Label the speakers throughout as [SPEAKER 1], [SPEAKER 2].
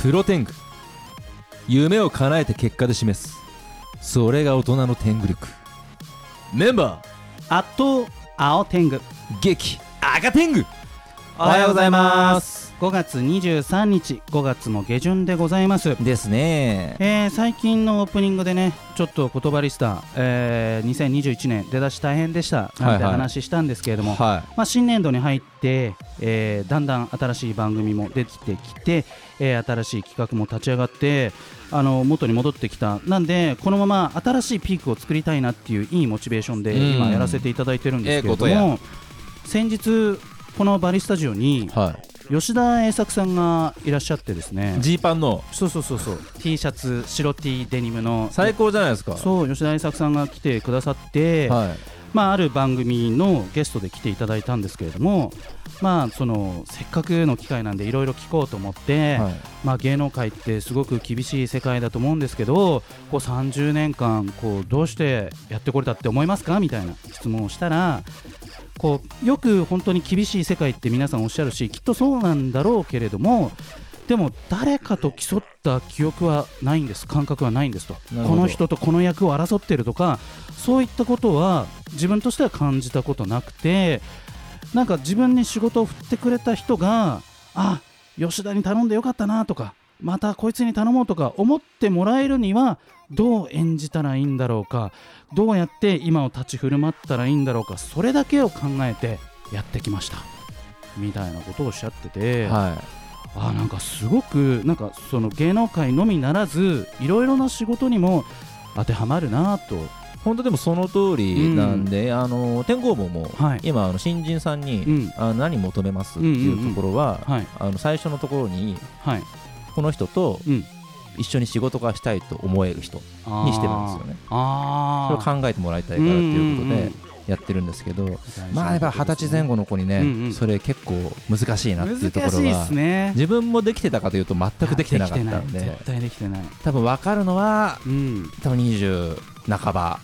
[SPEAKER 1] プロテング夢を叶えて結果で示すそれが大人の天狗力メンバ
[SPEAKER 2] アット青天狗
[SPEAKER 1] ー激赤天狗お
[SPEAKER 2] はようございます5月23日5月も下旬でございます
[SPEAKER 1] ですね
[SPEAKER 2] えー最近のオープニングでねちょっと言葉リスター、えー2021年出だし大変でした
[SPEAKER 1] いはい
[SPEAKER 2] なんて話したんですけれども、
[SPEAKER 1] は
[SPEAKER 2] まあ、新年度に入って、えーだんだん新しい番組も出てきて、えー新しい企画も立ち上がってあの元に戻ってきたなんでこのまま新しいピークを作りたいなっていういいモチベーションで
[SPEAKER 1] うん
[SPEAKER 2] 今やらせていただいてるんですけれど
[SPEAKER 1] ええ
[SPEAKER 2] も、先日このバリスタジオに
[SPEAKER 1] いは
[SPEAKER 2] 吉田栄作さんがいらっしゃってですね
[SPEAKER 1] いジーパンの
[SPEAKER 2] そうそうそうそう T シャツ白 T デニムの
[SPEAKER 1] 最高じゃないですか
[SPEAKER 2] そう吉田栄作さんが来てくださって、
[SPEAKER 1] は
[SPEAKER 2] まあ、ある番組のゲストで来ていただいたんですけれども、まあ、そのせっかくの機会なんでいろいろ聞こうと思って、
[SPEAKER 1] い、はい、
[SPEAKER 2] まあ、芸能界ってすごく厳しい世界だと思うんですけどこう30年間こうどうしてやってこれたって思いますかみたいな質問をしたらこうよく本当に厳しい世界って皆さんおっしゃるしきっとそうなんだろうけれどもでも誰かと競った記憶はないんです感覚はないんですと
[SPEAKER 1] なるほ
[SPEAKER 2] こ
[SPEAKER 1] ど
[SPEAKER 2] の人とこの役を争ってるとかそういったことは自分としては感じたことなくてなんか自分に仕事を振ってくれた人があ吉田に頼んでよかったなとかまたこいつに頼もうとか思ってもらえるにはどう演じたらいいんだろうかどうやって今を立ち振る舞ったらいいんだろうかそれだけを考えてやってきましたみたいなことをおっしゃってて、
[SPEAKER 1] は
[SPEAKER 2] あなんかすごくなんかその芸能界のみならずいろいろな仕事にも当てはまるなと、
[SPEAKER 1] い、本当でもその通りなんで、あの天候坊も
[SPEAKER 2] はい
[SPEAKER 1] 今あの新人さんに、
[SPEAKER 2] うん
[SPEAKER 1] あの何求めますっていうところは、
[SPEAKER 2] はい
[SPEAKER 1] あの最初のところに
[SPEAKER 2] はい
[SPEAKER 1] この人と
[SPEAKER 2] うん、
[SPEAKER 1] 一緒に仕事がしたいと思える人
[SPEAKER 2] あー
[SPEAKER 1] にしてるんですよねそれを
[SPEAKER 2] ああ
[SPEAKER 1] 考えてもらいたいからっていうこと
[SPEAKER 2] うんうんう
[SPEAKER 1] で
[SPEAKER 2] ん
[SPEAKER 1] やってるんですけど、まあやっぱ二十歳前後の子にね、
[SPEAKER 2] うんうん
[SPEAKER 1] それ結構難しいなっていうところ
[SPEAKER 2] 難しいで
[SPEAKER 1] は
[SPEAKER 2] すね
[SPEAKER 1] 自分もできてたかというと全くできてなかったん
[SPEAKER 2] できてない
[SPEAKER 1] で
[SPEAKER 2] 絶対できてない
[SPEAKER 1] 多分分かるのは
[SPEAKER 2] うん
[SPEAKER 1] 多分20半ば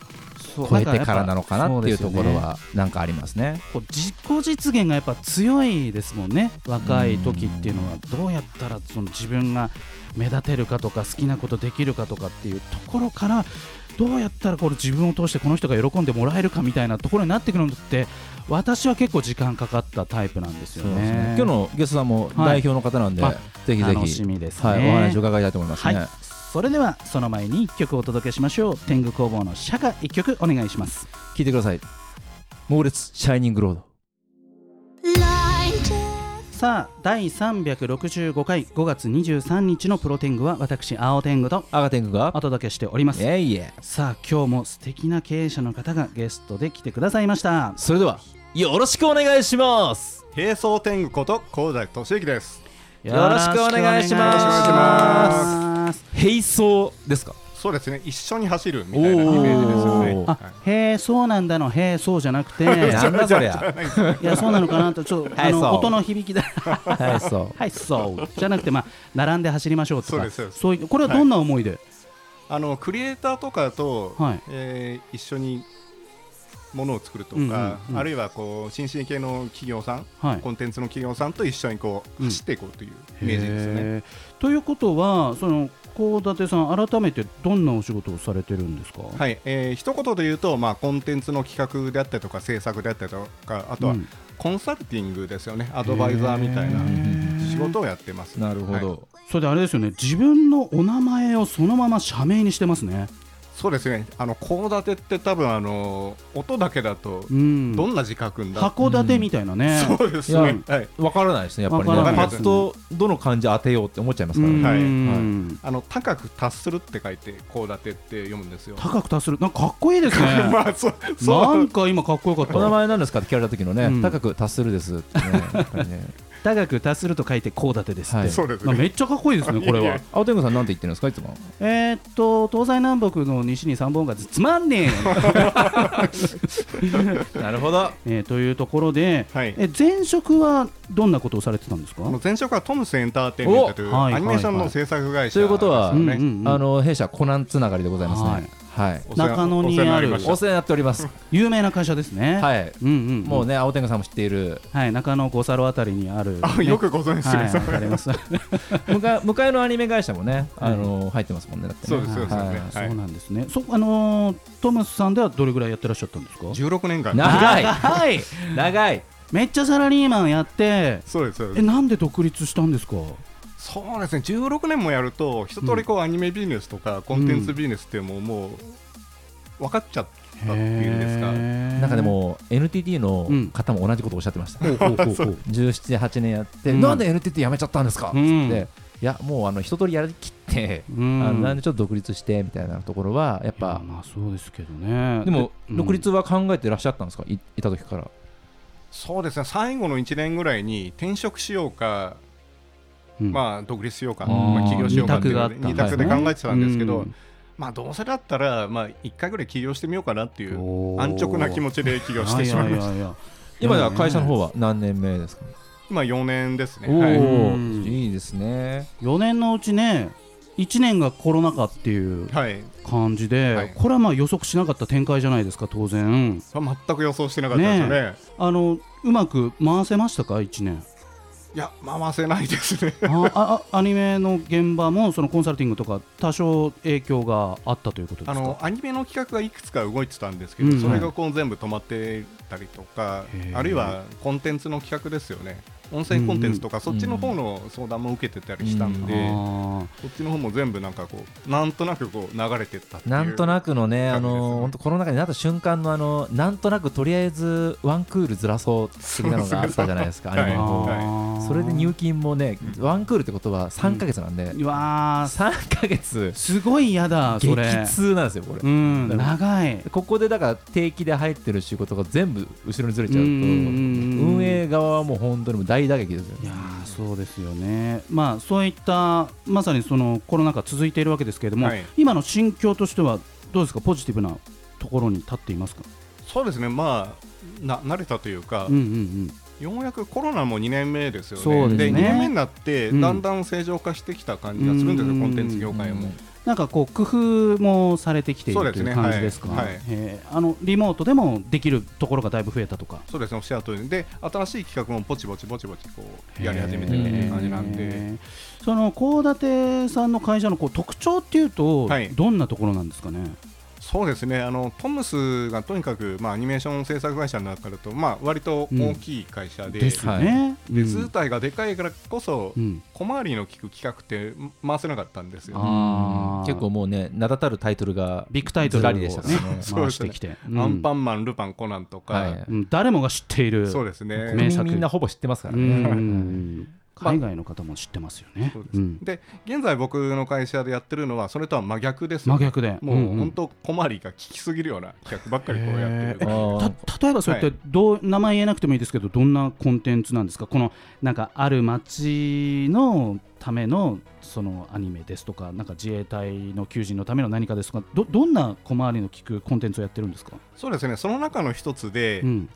[SPEAKER 2] そう
[SPEAKER 1] 超えて
[SPEAKER 2] だ
[SPEAKER 1] から
[SPEAKER 2] やっぱ
[SPEAKER 1] なのかなっていう
[SPEAKER 2] そ
[SPEAKER 1] と
[SPEAKER 2] です
[SPEAKER 1] こ
[SPEAKER 2] よね
[SPEAKER 1] ろはなんかありますね。
[SPEAKER 2] こう自己実現がやっぱ強いですもんね若い時っていうのはどうやったらその自分が目立てるかとか好きなことできるかとかっていうところからどうやったらこれ自分を通してこの人が喜んでもらえるかみたいなところになってくるのって私は結構時間かかったタイプなんですよ
[SPEAKER 1] そうですね
[SPEAKER 2] ね。
[SPEAKER 1] 今日のゲストさんも代表の方なんで、
[SPEAKER 2] はい
[SPEAKER 1] ぜひぜ
[SPEAKER 2] 楽
[SPEAKER 1] ひ、
[SPEAKER 2] しみですね、
[SPEAKER 1] はい、お話を伺いたいと思いますね。
[SPEAKER 2] はいそれではその前に1曲お届けしましょう天狗工房の釈迦1曲お願いします
[SPEAKER 1] 聞いてください。猛烈シャイニングロード。
[SPEAKER 2] さあ第365回5月23日のプロテングは私青天狗と
[SPEAKER 1] アガテングが
[SPEAKER 2] お届けしております
[SPEAKER 1] いえいえ
[SPEAKER 2] さあ今日も素敵な経営者の方がゲストで来てくださいました
[SPEAKER 1] それではよろしくお願いします
[SPEAKER 3] 平層天狗こと高田俊之です
[SPEAKER 1] よろしくお願いします
[SPEAKER 2] よろくお願いします
[SPEAKER 1] 並走ですか
[SPEAKER 3] そうですね一緒に走るみたいなイメージですよね
[SPEAKER 1] おー
[SPEAKER 3] は
[SPEAKER 2] あへえそうなんだのへえそうじゃなくて
[SPEAKER 1] なんだそりゃ
[SPEAKER 2] いやそうなのかなとちょっと
[SPEAKER 1] は
[SPEAKER 2] あ
[SPEAKER 1] いそう
[SPEAKER 2] の音の響きだ
[SPEAKER 1] はいそう
[SPEAKER 2] はいそうじゃなくてまあ並んで走りましょうとか
[SPEAKER 3] そうですそうです
[SPEAKER 2] そういうこれはどんな思いで、
[SPEAKER 3] いあのクリエイターとかと、
[SPEAKER 2] はい
[SPEAKER 3] えー一緒にものを作るとか、
[SPEAKER 2] うんうんうん
[SPEAKER 3] あるいはこう新進系の企業さん、
[SPEAKER 2] はい
[SPEAKER 3] コンテンツの企業さんと一緒にこう
[SPEAKER 2] うん
[SPEAKER 3] 走っていこうというイメージですね、
[SPEAKER 2] へーということはその高立さん改めてどんなお仕事をされてるんですか、
[SPEAKER 3] はいえー、一言で言うと、まあ、コンテンツの企画であったりとか制作であったりとかあとは
[SPEAKER 2] うん
[SPEAKER 3] コンサルティングですよね、アドバイザーみたいな仕事をやってます
[SPEAKER 1] なるほ
[SPEAKER 3] はい
[SPEAKER 1] ど、
[SPEAKER 2] それであれですよね自分のお名前をそのまま社名にしてますね。
[SPEAKER 3] そうですね、あの講立てって多分あの音だけだと
[SPEAKER 2] う
[SPEAKER 3] ど
[SPEAKER 2] ん、
[SPEAKER 3] んな字書くんだ、
[SPEAKER 2] 函館みたいなね。
[SPEAKER 3] そうですね、はい、
[SPEAKER 1] わからないですねやっぱりね
[SPEAKER 2] わから
[SPEAKER 3] な
[SPEAKER 1] パ
[SPEAKER 3] いです
[SPEAKER 1] ッとどの漢字当てようって思っちゃいますから
[SPEAKER 2] うん
[SPEAKER 1] ね
[SPEAKER 3] あの高く達するって書いて講立てって読むんですよ。
[SPEAKER 2] 高く達するなんかかっこいいですね。
[SPEAKER 3] まあそう
[SPEAKER 2] な
[SPEAKER 3] そ
[SPEAKER 2] ん
[SPEAKER 3] う
[SPEAKER 2] か今かっこよかっ
[SPEAKER 1] お名
[SPEAKER 2] た。
[SPEAKER 1] 前なんですかって聞かれた時のね、
[SPEAKER 2] うん
[SPEAKER 1] 高く達するですってねやっぱりね
[SPEAKER 2] 高く達すると書いてこうだてですって。
[SPEAKER 1] はい
[SPEAKER 3] そうです
[SPEAKER 2] なんかめ
[SPEAKER 3] ね。
[SPEAKER 2] っちゃかっこいいですねこれ
[SPEAKER 3] いや。
[SPEAKER 2] はい
[SPEAKER 1] 青天狗さんなんて言ってるんですかいつも
[SPEAKER 2] えー、っと東西南北の西に三本がつまんね
[SPEAKER 1] なるほど
[SPEAKER 2] え えー。というところで、
[SPEAKER 3] はい
[SPEAKER 2] え前職はどんなことをされてたんですか
[SPEAKER 3] あ。の前職はトムスエンターテインメントという
[SPEAKER 2] おはい
[SPEAKER 3] アニメーションの制作会社
[SPEAKER 1] ということは
[SPEAKER 3] ですね
[SPEAKER 2] うんうんうん
[SPEAKER 1] あの弊社コナンつながりでございますね、
[SPEAKER 2] はい
[SPEAKER 1] はい
[SPEAKER 3] お世話
[SPEAKER 2] 中野に
[SPEAKER 3] お世話なりまし
[SPEAKER 2] あ
[SPEAKER 3] た
[SPEAKER 1] お世話になっております
[SPEAKER 2] 有名な会社ですね。い。
[SPEAKER 1] はい
[SPEAKER 2] うんうん、
[SPEAKER 1] もう。ね青天狗さんも知って いる
[SPEAKER 2] はい、中野五サロあたりにある、
[SPEAKER 3] あよくご存知です
[SPEAKER 2] はい、
[SPEAKER 3] ね
[SPEAKER 2] わか ります。
[SPEAKER 1] 向かい向かいのアニメ会社もねあの入ってますもんねだって
[SPEAKER 3] そう
[SPEAKER 1] ね
[SPEAKER 3] ですそ
[SPEAKER 2] はいう
[SPEAKER 3] ですよね
[SPEAKER 1] はい
[SPEAKER 2] そ
[SPEAKER 3] は
[SPEAKER 2] う
[SPEAKER 3] い
[SPEAKER 2] なんですね。そあのートムスさんではどれぐらいやってらっしゃったんですか？
[SPEAKER 3] 16年間
[SPEAKER 1] 長い
[SPEAKER 2] 長い。
[SPEAKER 1] 長い
[SPEAKER 2] めっちゃサラリーマンやって、
[SPEAKER 3] そうですそうです
[SPEAKER 2] えなんで独立したんですか？
[SPEAKER 3] そうですね16年もやると一通りこうアニメビジネスとかコンテンツビジネスっていうのももう分かっちゃったっていうんですか
[SPEAKER 2] へー
[SPEAKER 1] なんかで。も NTT の
[SPEAKER 2] うん
[SPEAKER 1] 方も同じことをおっしゃってました
[SPEAKER 2] ほうほうほ うほう
[SPEAKER 1] 17、8年やって、
[SPEAKER 2] うん
[SPEAKER 1] なんで NTT 辞めちゃったんですかっつって、
[SPEAKER 2] うん
[SPEAKER 1] いや、もうあの一通りやりきって、
[SPEAKER 2] うん
[SPEAKER 1] あのなんでちょっと独立してみたいなところは、やっ
[SPEAKER 2] いや
[SPEAKER 1] ぱ、
[SPEAKER 2] まあそうですけどね。
[SPEAKER 1] でも、
[SPEAKER 2] うん
[SPEAKER 1] 独立は考えてらっしゃったんですか、いいた時から。
[SPEAKER 3] そうですね最後の1年ぐらいに転職しようか、
[SPEAKER 2] うん
[SPEAKER 3] まあ、独立しようか、
[SPEAKER 1] あー
[SPEAKER 3] まあ、起業しようかっていうので
[SPEAKER 2] 二択があった
[SPEAKER 3] 二択で考えてたんですけど、
[SPEAKER 2] うん
[SPEAKER 3] まあ、どうせだったら、まあ、1回ぐらい起業してみようかなっていう
[SPEAKER 2] おー
[SPEAKER 3] 安直な気持ちで起業してしまいました
[SPEAKER 2] やややや
[SPEAKER 1] 今では会社の方は何年目ですか、
[SPEAKER 3] 今4年ですね、
[SPEAKER 1] お
[SPEAKER 3] はい
[SPEAKER 1] お、
[SPEAKER 2] うん
[SPEAKER 1] いいですね。
[SPEAKER 2] 4年のうちね1年がコロナ禍っていう
[SPEAKER 3] はい
[SPEAKER 2] 感じで、
[SPEAKER 3] はい
[SPEAKER 2] これはまあ予測しなかった展開じゃないですか当然
[SPEAKER 3] まあ全く予想してなかったですよね
[SPEAKER 2] あのうまく回せましたか1年
[SPEAKER 3] いや回せないですね
[SPEAKER 2] あああア ニメの現場もそのコンサルティングとか多少影響があったということで
[SPEAKER 3] あ
[SPEAKER 2] す
[SPEAKER 3] の
[SPEAKER 2] か
[SPEAKER 3] アニメの企画がいくつか動いてたんですけど、
[SPEAKER 2] うん
[SPEAKER 3] それがこう全部止まってたりとか
[SPEAKER 2] へー
[SPEAKER 3] あるいはコンテンツの企画ですよね音声コンテンツとか、そっちの方の相談も受けてたりしたんで、
[SPEAKER 2] あ
[SPEAKER 3] こっちの方も全部なんかこうなんとなくこう流れてったっていう
[SPEAKER 1] なんとなくのね、あ
[SPEAKER 3] 感じです
[SPEAKER 1] の
[SPEAKER 3] ね
[SPEAKER 1] 本当、コロナ禍になった瞬間のあの、なんとなくとりあえずワンクールずらそう的なのがあったじゃないですか、
[SPEAKER 3] そうそう
[SPEAKER 1] アニメの方
[SPEAKER 3] はい
[SPEAKER 2] あ
[SPEAKER 1] それで入金もね、ワンクールってことは3か月なんで、
[SPEAKER 2] うわー
[SPEAKER 1] 三3か月、
[SPEAKER 2] すごい嫌だ
[SPEAKER 1] 激
[SPEAKER 2] それ
[SPEAKER 1] 痛なんですよ、これ。
[SPEAKER 2] うん長い
[SPEAKER 1] ここでだから定期で入ってる仕事が全部後ろにずれちゃうと
[SPEAKER 2] うんうんうんうん
[SPEAKER 1] 運営側はもう本当にもう大打撃ですよ
[SPEAKER 2] いや
[SPEAKER 1] ね。
[SPEAKER 2] ーそうですよね、まあ、そういったまさにそのコロナ禍続いているわけですけれども、
[SPEAKER 3] はい
[SPEAKER 2] 今の心境としてはどうですか、ポジティブなところに立っていますか、
[SPEAKER 3] そうですねまあな慣れたというか、
[SPEAKER 2] うんうん
[SPEAKER 3] ようやくコロナも2年目ですよね
[SPEAKER 2] そうですね
[SPEAKER 3] 2年目になって、
[SPEAKER 2] うん
[SPEAKER 3] だんだん正常化してきた感じがするんですよ
[SPEAKER 2] うん
[SPEAKER 3] コンテンツ業界も、
[SPEAKER 2] なんかこう工夫もされてきてい
[SPEAKER 3] そう
[SPEAKER 2] ると
[SPEAKER 3] です
[SPEAKER 2] いう
[SPEAKER 3] ね
[SPEAKER 2] 感じですか、
[SPEAKER 3] はいはい
[SPEAKER 2] えーあのリモートでもできるところがだいぶ増えたとか。
[SPEAKER 3] そうですねおっしゃる通りで新しい企画もぼちぼちぼちぼちこうやり始めてるっていう感じなん
[SPEAKER 2] へ
[SPEAKER 3] で
[SPEAKER 2] ーその幸舘さんの会社のこう特徴っていうと、
[SPEAKER 3] はい
[SPEAKER 2] どんなところなんですかね。
[SPEAKER 3] そうですねあのトムスがとにかく、まあ、アニメーション制作会社の中だと、まあ、割と大きい会社で,、
[SPEAKER 2] ですよね。
[SPEAKER 3] で
[SPEAKER 2] うん
[SPEAKER 3] 図体がでかいからこそ、
[SPEAKER 2] うん
[SPEAKER 3] 小回りの利く企画って回せなかったんですよ、
[SPEAKER 2] あー
[SPEAKER 1] 結構もうね名だたるタイトルが
[SPEAKER 2] ビッグタイトル
[SPEAKER 1] ずら
[SPEAKER 2] を
[SPEAKER 1] り
[SPEAKER 2] ね
[SPEAKER 1] でしたからね。
[SPEAKER 3] そう
[SPEAKER 2] 回
[SPEAKER 3] で
[SPEAKER 2] し
[SPEAKER 3] す
[SPEAKER 2] て
[SPEAKER 3] ね
[SPEAKER 2] きて、
[SPEAKER 3] アンパ
[SPEAKER 2] ン、
[SPEAKER 3] ンマン、ルパン、コナンとか、
[SPEAKER 1] はい
[SPEAKER 2] うん誰もが知っている
[SPEAKER 3] そうですね。
[SPEAKER 2] 名
[SPEAKER 1] 国
[SPEAKER 2] 作
[SPEAKER 1] 民みんなほぼ知ってますから
[SPEAKER 2] う
[SPEAKER 1] ね。
[SPEAKER 2] ん海外の方も知ってますよね
[SPEAKER 3] そうで。す
[SPEAKER 2] うん
[SPEAKER 3] で現在僕の会社でやってるのはそれとは真逆ですよ
[SPEAKER 2] 真
[SPEAKER 3] ね、
[SPEAKER 2] 逆で。
[SPEAKER 3] もう本
[SPEAKER 2] 当
[SPEAKER 3] 当小回りが効きすぎるような企画ばっかりこうやってる
[SPEAKER 1] あー
[SPEAKER 2] 例えばそういったどう名前言えなくてもいいですけどどんなコンテンツなんですかこのなんかある町のためのそのアニメですとかなんか自衛隊の求人のための何かですとかどどんな小回りの利くコンテンツをやってるんですか、
[SPEAKER 3] そうですねその中の一つで、
[SPEAKER 2] うん、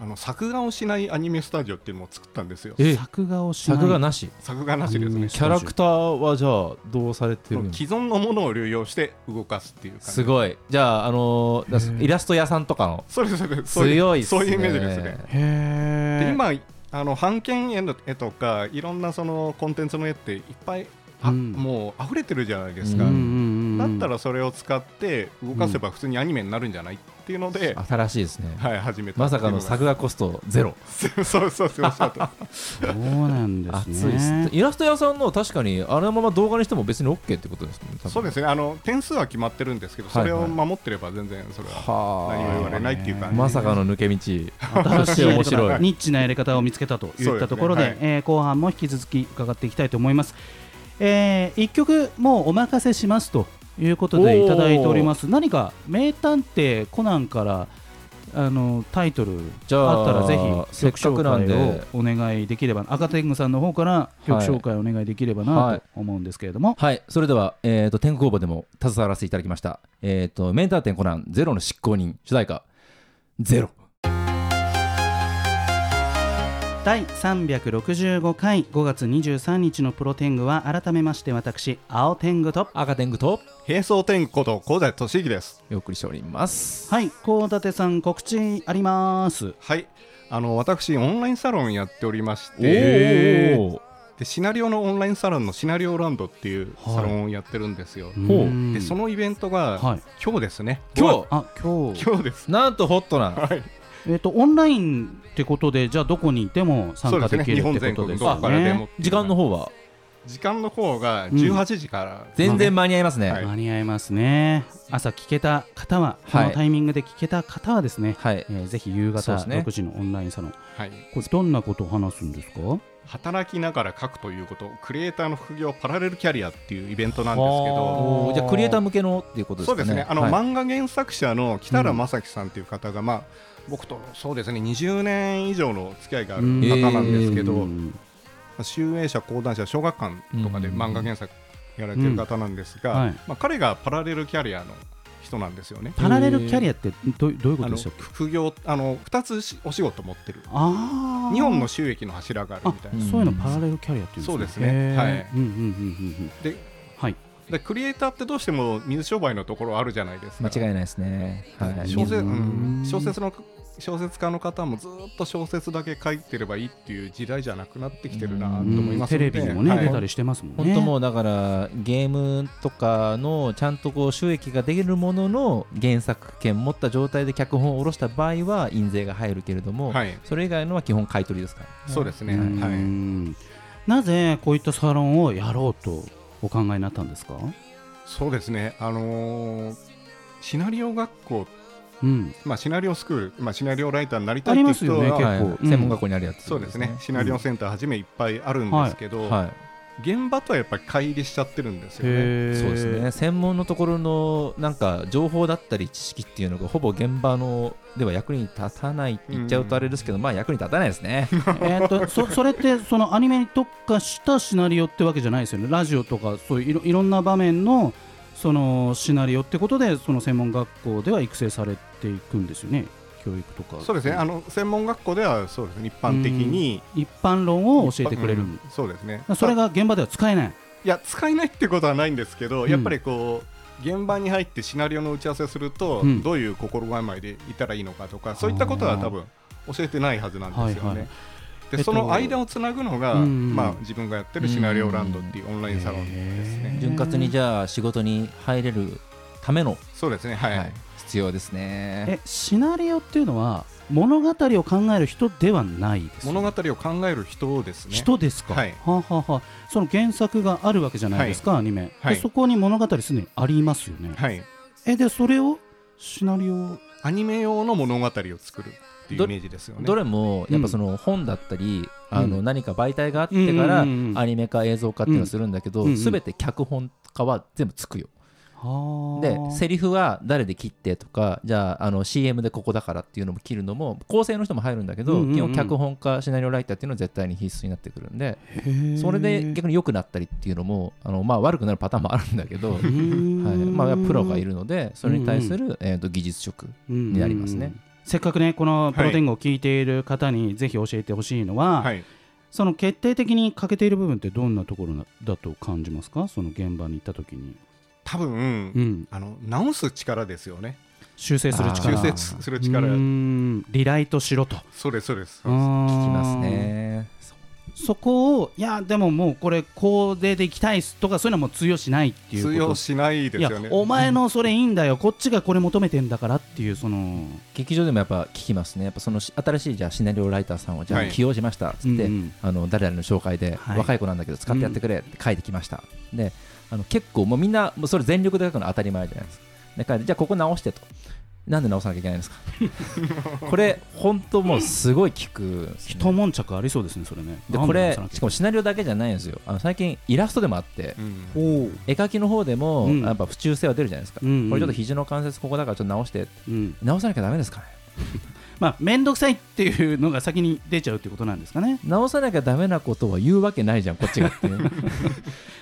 [SPEAKER 3] あの作画をしないアニメスタジオっていうのを作ったんですよ
[SPEAKER 1] え
[SPEAKER 2] 作画をしない
[SPEAKER 1] 作画なし。
[SPEAKER 3] 作画なしです
[SPEAKER 2] アニメ
[SPEAKER 3] ね
[SPEAKER 2] ス
[SPEAKER 1] キャラクターはじゃあどうされてるの
[SPEAKER 3] 既存のものを流用して動かすっていう感じ
[SPEAKER 1] すごい。じゃああのーだすイラスト屋さんとかの
[SPEAKER 3] そうですそうですそう
[SPEAKER 1] 強いっすね。
[SPEAKER 3] そういうイメージですね
[SPEAKER 2] へえ
[SPEAKER 3] で今あの版権絵の絵とかいろんなそのコンテンツの絵っていっぱいあ、
[SPEAKER 2] うん
[SPEAKER 3] もう溢れてるじゃないですか、
[SPEAKER 1] うん
[SPEAKER 3] だったらそれを使って動かせば普通にアニメになるんじゃないっていうので、
[SPEAKER 1] 新しいですね。
[SPEAKER 3] はい始めた
[SPEAKER 1] まさかの作画コストゼロ。
[SPEAKER 3] そう そうそうそうおっしゃ った
[SPEAKER 2] そうなんで
[SPEAKER 1] 熱
[SPEAKER 2] す
[SPEAKER 1] い
[SPEAKER 2] ね。
[SPEAKER 1] ですイラスト屋さんの確かにあのまま動画にしても別に OK ってことですね
[SPEAKER 3] そうです
[SPEAKER 1] ね
[SPEAKER 3] ねあの点数は決まってるんですけど
[SPEAKER 1] はいは
[SPEAKER 3] そ
[SPEAKER 1] い
[SPEAKER 3] れを守ってれば全然それは何も言わ
[SPEAKER 1] は
[SPEAKER 3] れないっていう感
[SPEAKER 1] あ
[SPEAKER 3] じ
[SPEAKER 1] まさかの抜け道
[SPEAKER 2] 新しい
[SPEAKER 1] 面白い
[SPEAKER 2] ニッチなやり方を見つけたといったところで
[SPEAKER 3] そうです
[SPEAKER 2] えー後半も引き続き伺っていきたいと思います、え1曲もうお任せしますということでいただいております何か名探偵コナンからあのタイトル
[SPEAKER 1] じゃあ
[SPEAKER 2] あったらぜひ
[SPEAKER 1] せっかく
[SPEAKER 2] 曲紹
[SPEAKER 1] なん
[SPEAKER 2] 介
[SPEAKER 1] で
[SPEAKER 2] をお願いできれば赤天狗さんの方から曲紹介お願いできれば
[SPEAKER 1] はい
[SPEAKER 2] なと思うんですけれども、
[SPEAKER 1] はいそれでは、えー、と天狗工房でも携わらせていただきましたえっ、とメンター店コナンゼロの執行人主題歌ゼロ
[SPEAKER 2] 第365回5月23日のプロテングは改めまして私青天狗と
[SPEAKER 1] 赤天狗と
[SPEAKER 3] 並走天狗と小田敏之です
[SPEAKER 1] お送りしております
[SPEAKER 2] はい高立さん告知あります
[SPEAKER 3] はいあの私オンラインサロンやっておりまし
[SPEAKER 1] お
[SPEAKER 3] て
[SPEAKER 1] お
[SPEAKER 3] でシナリオのオンラインサロンのシナリオランドっていう
[SPEAKER 2] はい
[SPEAKER 3] サロンをやってるんですよ、
[SPEAKER 1] ほう
[SPEAKER 2] うん
[SPEAKER 3] でそのイベントが、
[SPEAKER 2] はい
[SPEAKER 3] 今日ですね
[SPEAKER 1] 今
[SPEAKER 2] あ今日
[SPEAKER 3] 今日です
[SPEAKER 1] 日なんとホットな
[SPEAKER 3] はい
[SPEAKER 2] えっ、とオンラインってことでじゃあどこにいても参
[SPEAKER 3] そうで
[SPEAKER 2] 加
[SPEAKER 3] す
[SPEAKER 2] で
[SPEAKER 3] ね
[SPEAKER 2] きる
[SPEAKER 3] 日
[SPEAKER 2] って
[SPEAKER 3] 本全
[SPEAKER 2] ことで
[SPEAKER 3] 国
[SPEAKER 2] す
[SPEAKER 3] どこ
[SPEAKER 2] よ
[SPEAKER 3] からで
[SPEAKER 2] ね
[SPEAKER 3] も
[SPEAKER 1] 時間の方は
[SPEAKER 3] 時間の方が18時から、
[SPEAKER 1] 全然間に合いますね、
[SPEAKER 3] はい
[SPEAKER 2] 間に合いますね朝聞けた方は、
[SPEAKER 1] はい
[SPEAKER 2] このタイミングで聞けた方はですね、
[SPEAKER 1] はい
[SPEAKER 2] えーぜひ夕
[SPEAKER 1] そ
[SPEAKER 2] 方
[SPEAKER 1] うですね
[SPEAKER 2] 6時のオンラインサロン、
[SPEAKER 3] はい
[SPEAKER 2] これどんなことを話すんですか
[SPEAKER 3] 働きながら書くということクリエイターの副業パラレルキャリアっていうイベントなんですけど
[SPEAKER 1] おーじゃあクリエイター向けのっていうことです
[SPEAKER 3] そ
[SPEAKER 1] か
[SPEAKER 3] う
[SPEAKER 1] ね
[SPEAKER 3] ですねあの、
[SPEAKER 1] はい
[SPEAKER 3] 漫画原作者の北原正樹さんという方が、まあ、僕とそうですね20年以上の付き合いがある方なんですけど、
[SPEAKER 2] うん
[SPEAKER 3] 集英社講談社小学館とかで漫画原作やられてる方なんですが、
[SPEAKER 2] うんはい
[SPEAKER 3] まあ、彼がパラレルキャリアの人なんですよね。
[SPEAKER 2] パラレルキャリアってどどういうこ
[SPEAKER 3] あの
[SPEAKER 2] とでしたっけ
[SPEAKER 3] 副業あの2つしお仕事持ってる
[SPEAKER 2] ああ
[SPEAKER 3] 日本の収益の柱があるみたいな
[SPEAKER 2] そういうのパラレルキャリアっていうんですね
[SPEAKER 3] そうですね
[SPEAKER 2] へー
[SPEAKER 3] はい
[SPEAKER 2] うんうんうんうんうん
[SPEAKER 3] で
[SPEAKER 2] はい
[SPEAKER 3] でクリエイターってどうしても水商売のところあるじゃないですか
[SPEAKER 1] 間違いないですね、はい、
[SPEAKER 3] 小説,、
[SPEAKER 2] う
[SPEAKER 3] うんん、小説の小説家の方もずっと小説だけ書いてればいいっていう時代じゃなくなってきてるなと思います
[SPEAKER 2] テ
[SPEAKER 3] ので
[SPEAKER 2] レビにもね、
[SPEAKER 3] はい
[SPEAKER 2] 出たりしてますもんね
[SPEAKER 1] 本当もうだからゲームとかのちゃんとこう収益ができるものの原作権持った状態で脚本を下ろした場合は印税が入るけれども、
[SPEAKER 3] はい、
[SPEAKER 1] それ以外のは基本買い取りですから、
[SPEAKER 3] そうですね、
[SPEAKER 2] う
[SPEAKER 3] は
[SPEAKER 2] ん
[SPEAKER 3] い、
[SPEAKER 2] なぜこういったサロンをやろうとお考えになったんですか、
[SPEAKER 3] そうですねあのーシナリオ学校、
[SPEAKER 2] うん、
[SPEAKER 3] まあ、シナリオスクール、まあ、シナリオライターになりた
[SPEAKER 2] あ
[SPEAKER 3] いっていう
[SPEAKER 2] ります
[SPEAKER 3] 人
[SPEAKER 2] よね
[SPEAKER 3] は、
[SPEAKER 2] 結構
[SPEAKER 1] はい
[SPEAKER 2] うん
[SPEAKER 1] 専門学校にあるやつ
[SPEAKER 3] そうですねシナリオセンターはじめいっぱいあるん
[SPEAKER 2] うん
[SPEAKER 3] ですけど、
[SPEAKER 1] は
[SPEAKER 3] 現場とはやっぱり乖離しちゃってるんですよね。
[SPEAKER 1] い、
[SPEAKER 2] へ
[SPEAKER 1] そうですね専門のところのなんか情報だったり知識っていうのがほぼ現場のでは役に立たないって言っちゃうとあれですけど、まあ役に立たないですね
[SPEAKER 2] えー、とそそれってそのアニメに特化したシナリオってわけじゃないですよねラジオとかそういういろいろんな場面のそのシナリオってことでその専門学校では育成されていくんですよね教育とか
[SPEAKER 3] そうですね、あの専門学校ではそうですね一般的に
[SPEAKER 2] 一般論を教えてくれる、
[SPEAKER 3] うんそうですね
[SPEAKER 2] それが現場では使えない
[SPEAKER 3] いや使えないってことはないんですけど、
[SPEAKER 2] うん
[SPEAKER 3] やっぱりこう現場に入ってシナリオの打ち合わせすると、
[SPEAKER 2] うん
[SPEAKER 3] どういう心構えでいたらいいのかとかそういったこと
[SPEAKER 2] あ
[SPEAKER 3] は
[SPEAKER 2] ー
[SPEAKER 3] 多分教えてないはずなんですよね。
[SPEAKER 2] はいはいえっ
[SPEAKER 3] で
[SPEAKER 2] と
[SPEAKER 3] その間をつなぐのが、
[SPEAKER 2] うんうん
[SPEAKER 3] まあ、自分がやってるシナリオランドっていうオンラインサロンです
[SPEAKER 2] へー
[SPEAKER 3] ね。
[SPEAKER 1] 潤滑にじゃあ仕事に入れるための、
[SPEAKER 3] そうですね、はい
[SPEAKER 1] はい必要ですね
[SPEAKER 2] えシナリオっていうのは物語を考える人ではないですよ
[SPEAKER 3] 物
[SPEAKER 2] ね
[SPEAKER 3] 語を考える人ですね。
[SPEAKER 2] 人ですか、
[SPEAKER 3] はい
[SPEAKER 2] はあはあはあその原作があるわけじゃないですか、アニメ、
[SPEAKER 3] はい
[SPEAKER 2] でそこに物語すでにありますよね、
[SPEAKER 3] はい、
[SPEAKER 2] えでそれをシナリオ
[SPEAKER 3] アニメ用の物語を作るっていうイメージですよね。
[SPEAKER 1] どれも
[SPEAKER 2] うん
[SPEAKER 1] やっぱその本だったり、
[SPEAKER 2] うん
[SPEAKER 1] あの何か媒体があってから
[SPEAKER 2] うんうんうんうん
[SPEAKER 1] アニメ化映像化っていうのをするんだけど、
[SPEAKER 2] うんうん
[SPEAKER 1] 全て脚本家は全部つくよ、
[SPEAKER 2] はあ
[SPEAKER 1] でセリフは誰で切ってとかじゃああの CM でここだからっていうのも切るのも構成の人も入るんだけど、
[SPEAKER 2] うんうんうん
[SPEAKER 1] 基本脚本家シナリオライターっていうのは絶対に必須になってくるんで
[SPEAKER 2] へー
[SPEAKER 1] それで逆に良くなったりっていうのもあの、まあ、悪くなるパターンもあるんだけど、 は
[SPEAKER 2] う
[SPEAKER 1] い
[SPEAKER 2] ーん
[SPEAKER 1] まあ、プロがいるのでそれに対する、えー、と技術職
[SPEAKER 2] に
[SPEAKER 1] になりますね
[SPEAKER 2] せっかくねこのプロテングを聞いている方にぜひ教えてほしいのは、
[SPEAKER 3] はい、
[SPEAKER 2] その決定的に欠けている部分ってどんなところなだと感じますかその現場に行った時に、
[SPEAKER 3] 多分、
[SPEAKER 2] うん、
[SPEAKER 3] あの直す力ですよね。
[SPEAKER 2] 修正する
[SPEAKER 1] あー
[SPEAKER 2] 力
[SPEAKER 3] 修正する力
[SPEAKER 2] うーんリライトしろと
[SPEAKER 3] それそれです。
[SPEAKER 1] 聞
[SPEAKER 2] 聞
[SPEAKER 1] きますね。
[SPEAKER 2] そこをいやでももうこれこれでいきたいっすとかそういうのはもう通用しないっていうこと
[SPEAKER 3] 通用しないですよね
[SPEAKER 2] いや。お前のそれいいんだよこっちがこれ求めてんだからっていうその
[SPEAKER 1] 劇場でもやっぱ聞きますね、やっぱそのし新しいじゃあシナリオライターさんをじゃあ
[SPEAKER 3] はい
[SPEAKER 1] 起用しましたっつって、
[SPEAKER 2] うんうん
[SPEAKER 1] あの誰々の紹介で、
[SPEAKER 2] はい
[SPEAKER 1] 若い子なんだけど使ってやってくれって書いてきました、であの結構、もうみんなもうそれ全力で書くの当たり前じゃないですか、で彼じゃあここ直してと、なんで直さなきゃいけないん ですか、これ、本当もうすごい聞くんですね、
[SPEAKER 2] 一悶着ありそうですねそれね
[SPEAKER 1] で
[SPEAKER 2] なん
[SPEAKER 1] こ
[SPEAKER 2] で
[SPEAKER 1] れ
[SPEAKER 2] 直さなきゃいけない
[SPEAKER 1] しかもシナリオだけじゃないんですよ、あの最近イラストでもあって、
[SPEAKER 3] うん
[SPEAKER 2] おう
[SPEAKER 1] 絵描きの方でも
[SPEAKER 2] うん
[SPEAKER 1] やっぱ不忠性は出るじゃないですか、
[SPEAKER 2] うんうん
[SPEAKER 1] これちょっと肘の関節ここだからちょっと直して、
[SPEAKER 2] うん
[SPEAKER 1] 直さなきゃだめですかね
[SPEAKER 2] まあ、面倒くさいっていうのが先に出ちゃうってことなんですかね。
[SPEAKER 1] 直さなきゃダメなことは言うわけないじゃんこっちがって ね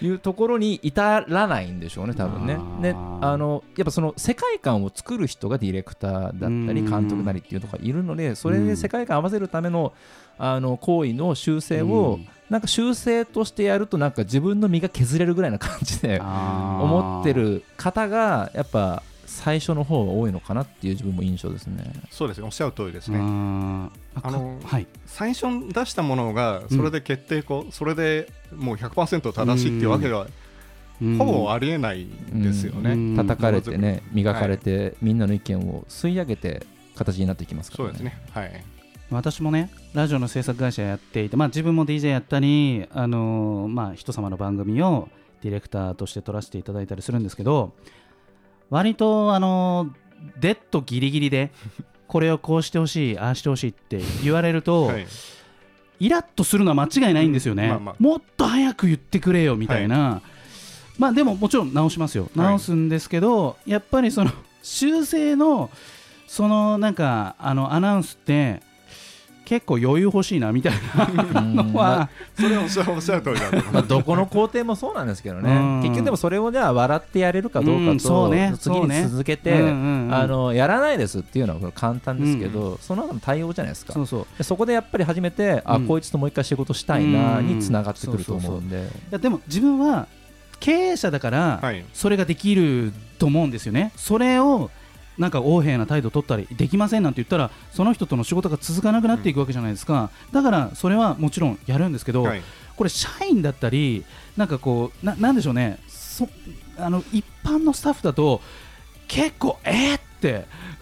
[SPEAKER 1] いうところに至らないんでしょうね多分ね
[SPEAKER 2] あー
[SPEAKER 1] ねあのやっぱその世界観を作る人がディレクターだったり
[SPEAKER 2] うん
[SPEAKER 1] 監督なりっていうのがいるのでそれで世界観合わせるためのあの行為の修正を
[SPEAKER 2] うん
[SPEAKER 1] なんか修正としてやるとなんか自分の身が削れるぐらいな感じで思
[SPEAKER 2] 思
[SPEAKER 1] ってる方がやっぱ最初の方が多いのかなっていう自分も印象ですね。
[SPEAKER 3] そうですねおっしゃる通りですね、
[SPEAKER 2] あ
[SPEAKER 3] あの
[SPEAKER 2] かはい、
[SPEAKER 3] 最初に出したものがそれで決定こう、それでもう100%正しいっていうわけがほぼありえないですよね、
[SPEAKER 2] うんうん
[SPEAKER 1] 叩かれてね磨かれて、みんなの意見を吸い上げて形になっていきますか
[SPEAKER 3] そう
[SPEAKER 1] ら
[SPEAKER 3] ですねはい
[SPEAKER 2] 私もねラジオの制作会社やっていて、まあ、自分も DJ やったり、あのーまあ、人様の番組をディレクターとして撮らせていただいたりするんですけど割と、あのーデッドギリギリでこれをこうしてほしいああしてほしいって言われると、
[SPEAKER 3] はい
[SPEAKER 2] イラッとするのは間違いないんですよね、
[SPEAKER 3] うんまあまあ
[SPEAKER 2] もっと早く言ってくれよみたいな、まあでももちろん直しますよ直すんですけど、やっぱりその修正のそのなんかあのアナウンスって結構余裕欲しいなみたいな
[SPEAKER 1] うん
[SPEAKER 2] のは、
[SPEAKER 3] それはおっしゃおっしゃる通りだと思い
[SPEAKER 1] ま
[SPEAKER 3] ま
[SPEAKER 1] あ、
[SPEAKER 3] す
[SPEAKER 1] どこの工程もそうなんですけど
[SPEAKER 2] う
[SPEAKER 1] ね
[SPEAKER 2] ん
[SPEAKER 1] 結局でもそれをじゃあ笑ってやれるかどう
[SPEAKER 2] う
[SPEAKER 1] か
[SPEAKER 2] んそ
[SPEAKER 1] と、
[SPEAKER 2] うね
[SPEAKER 1] 次
[SPEAKER 2] そうね
[SPEAKER 1] に続けて、
[SPEAKER 2] うんうんうん
[SPEAKER 1] あのやらないですっていうのは簡単ですけど、その後の対応じゃないですか
[SPEAKER 2] そうそう
[SPEAKER 1] でそこでやっぱり初めて、あ
[SPEAKER 2] うん
[SPEAKER 1] こいつともう一回仕事したいな
[SPEAKER 2] うん
[SPEAKER 1] につながってくると思うんで、
[SPEAKER 2] いやでも自分は経営者だから、
[SPEAKER 3] はい
[SPEAKER 2] それができると思うんですよねそれをなんか横柄な態度取ったりできませんなんて言ったらその人との仕事が続かなくなっていくわけじゃないですか、だからそれはもちろんやるんですけど、
[SPEAKER 3] はい
[SPEAKER 2] これ社員だったりなんかこうななんでしょうねそあの一般のスタッフだと結構えー、って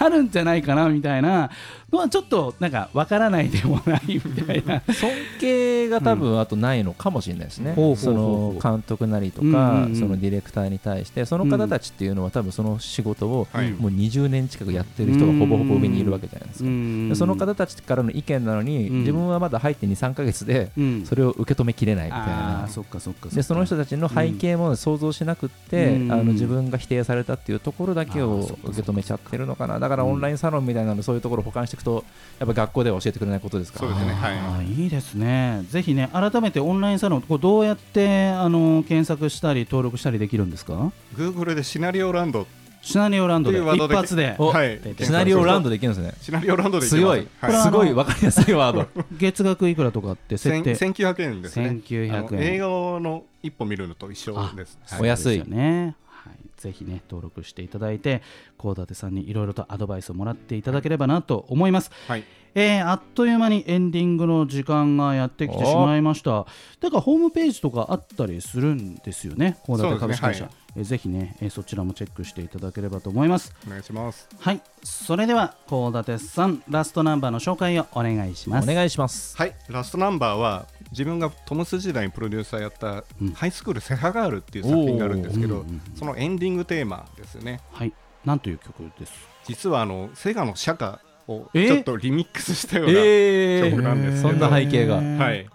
[SPEAKER 2] なるんじゃないかなみたいなのはちょっとなんかわからないでもないみたいな
[SPEAKER 1] 尊敬が多分あとないのかもしれないですね、
[SPEAKER 2] ほうほ
[SPEAKER 1] そう
[SPEAKER 2] ほうほう
[SPEAKER 1] の監督なりと
[SPEAKER 2] うん
[SPEAKER 1] か、
[SPEAKER 2] うんうん
[SPEAKER 1] そのディレクターに対してその方たちっていうのは多分その仕事を
[SPEAKER 3] はい
[SPEAKER 1] もう20年近くやってる人がほぼほぼ上にいるわけじゃないですか、でその方たちからの意見なのに、
[SPEAKER 2] うん
[SPEAKER 1] 自分はまだ入って23か月で
[SPEAKER 2] うん
[SPEAKER 1] それを受け止めきれないみたい
[SPEAKER 2] あ
[SPEAKER 1] な
[SPEAKER 2] ー。そっかそっかっか
[SPEAKER 1] でその人たちの背景も想像しなくって、
[SPEAKER 2] うん
[SPEAKER 1] あの自分が否定されたっていうところだけ
[SPEAKER 2] あー
[SPEAKER 1] を
[SPEAKER 2] そっかそっか
[SPEAKER 1] 受け止めちゃってるのかなだからオンラインサロンみたいなのそういうところを保管していくとやっぱ学校では教えてくれないことですから
[SPEAKER 3] そうですねはい
[SPEAKER 2] あーいいですね、ぜひね、改めてオンラインサロン、こうどうやってあの検索したり、登録したりできるんですか
[SPEAKER 3] Google でシナリオランド
[SPEAKER 2] シナリオランドで、
[SPEAKER 3] というワー
[SPEAKER 2] 一
[SPEAKER 3] ドで
[SPEAKER 2] 発で、
[SPEAKER 1] お
[SPEAKER 3] はい
[SPEAKER 2] 出て
[SPEAKER 1] シナリオラウンドでいけるんですね
[SPEAKER 3] シナリオランドでいけます
[SPEAKER 1] 強い、
[SPEAKER 3] はい
[SPEAKER 2] は
[SPEAKER 1] すごい分かりやすいワード
[SPEAKER 2] 月額いくらとかって設
[SPEAKER 3] 千
[SPEAKER 2] 定、
[SPEAKER 3] 1900円ですねあの
[SPEAKER 2] 1900
[SPEAKER 3] 映
[SPEAKER 2] 円
[SPEAKER 3] 画の一本見るのと一緒です
[SPEAKER 1] お
[SPEAKER 3] はい
[SPEAKER 1] 安い
[SPEAKER 2] ですよね。はいぜひね登録していただいて、高立さんにいろいろとアドバイスをもらっていただければなと思います。
[SPEAKER 3] はい
[SPEAKER 2] えーあっという間にエンディングの時間がやってきてしまいました。だからホームページとかあったりするんですよね、高立株式会社。
[SPEAKER 3] そうで
[SPEAKER 2] えーぜひね、えーそちらもチェックしていただければと思います。
[SPEAKER 3] お願いします
[SPEAKER 2] はい、それでは高立さん、ラストナンバーの紹介をお願いし ま
[SPEAKER 1] お
[SPEAKER 2] す。
[SPEAKER 1] 願いします
[SPEAKER 3] はいラストナンバーは自分がトムス時代にプロデューサーやった
[SPEAKER 2] うん
[SPEAKER 3] ハイスクールセハガールっていう作品があるんですけ
[SPEAKER 2] おー
[SPEAKER 3] ど
[SPEAKER 2] うんうんうん
[SPEAKER 3] そのエンディングテーマですね
[SPEAKER 2] はい、なんという曲ですか。
[SPEAKER 3] 実はあのセガの釈迦を
[SPEAKER 2] えー
[SPEAKER 3] ちょっとリミックスしたような、
[SPEAKER 1] え
[SPEAKER 3] 曲なんですけ
[SPEAKER 1] そ
[SPEAKER 3] ど
[SPEAKER 1] んな背景が
[SPEAKER 2] は、
[SPEAKER 3] はいい、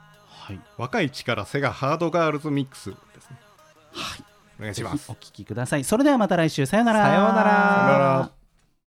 [SPEAKER 3] 若い力セガハードガールズミックスですねはいお願いし
[SPEAKER 2] ぜひ
[SPEAKER 3] ます
[SPEAKER 2] お聞きください。それではまた来週さようなら。
[SPEAKER 1] さようなら
[SPEAKER 3] さようなら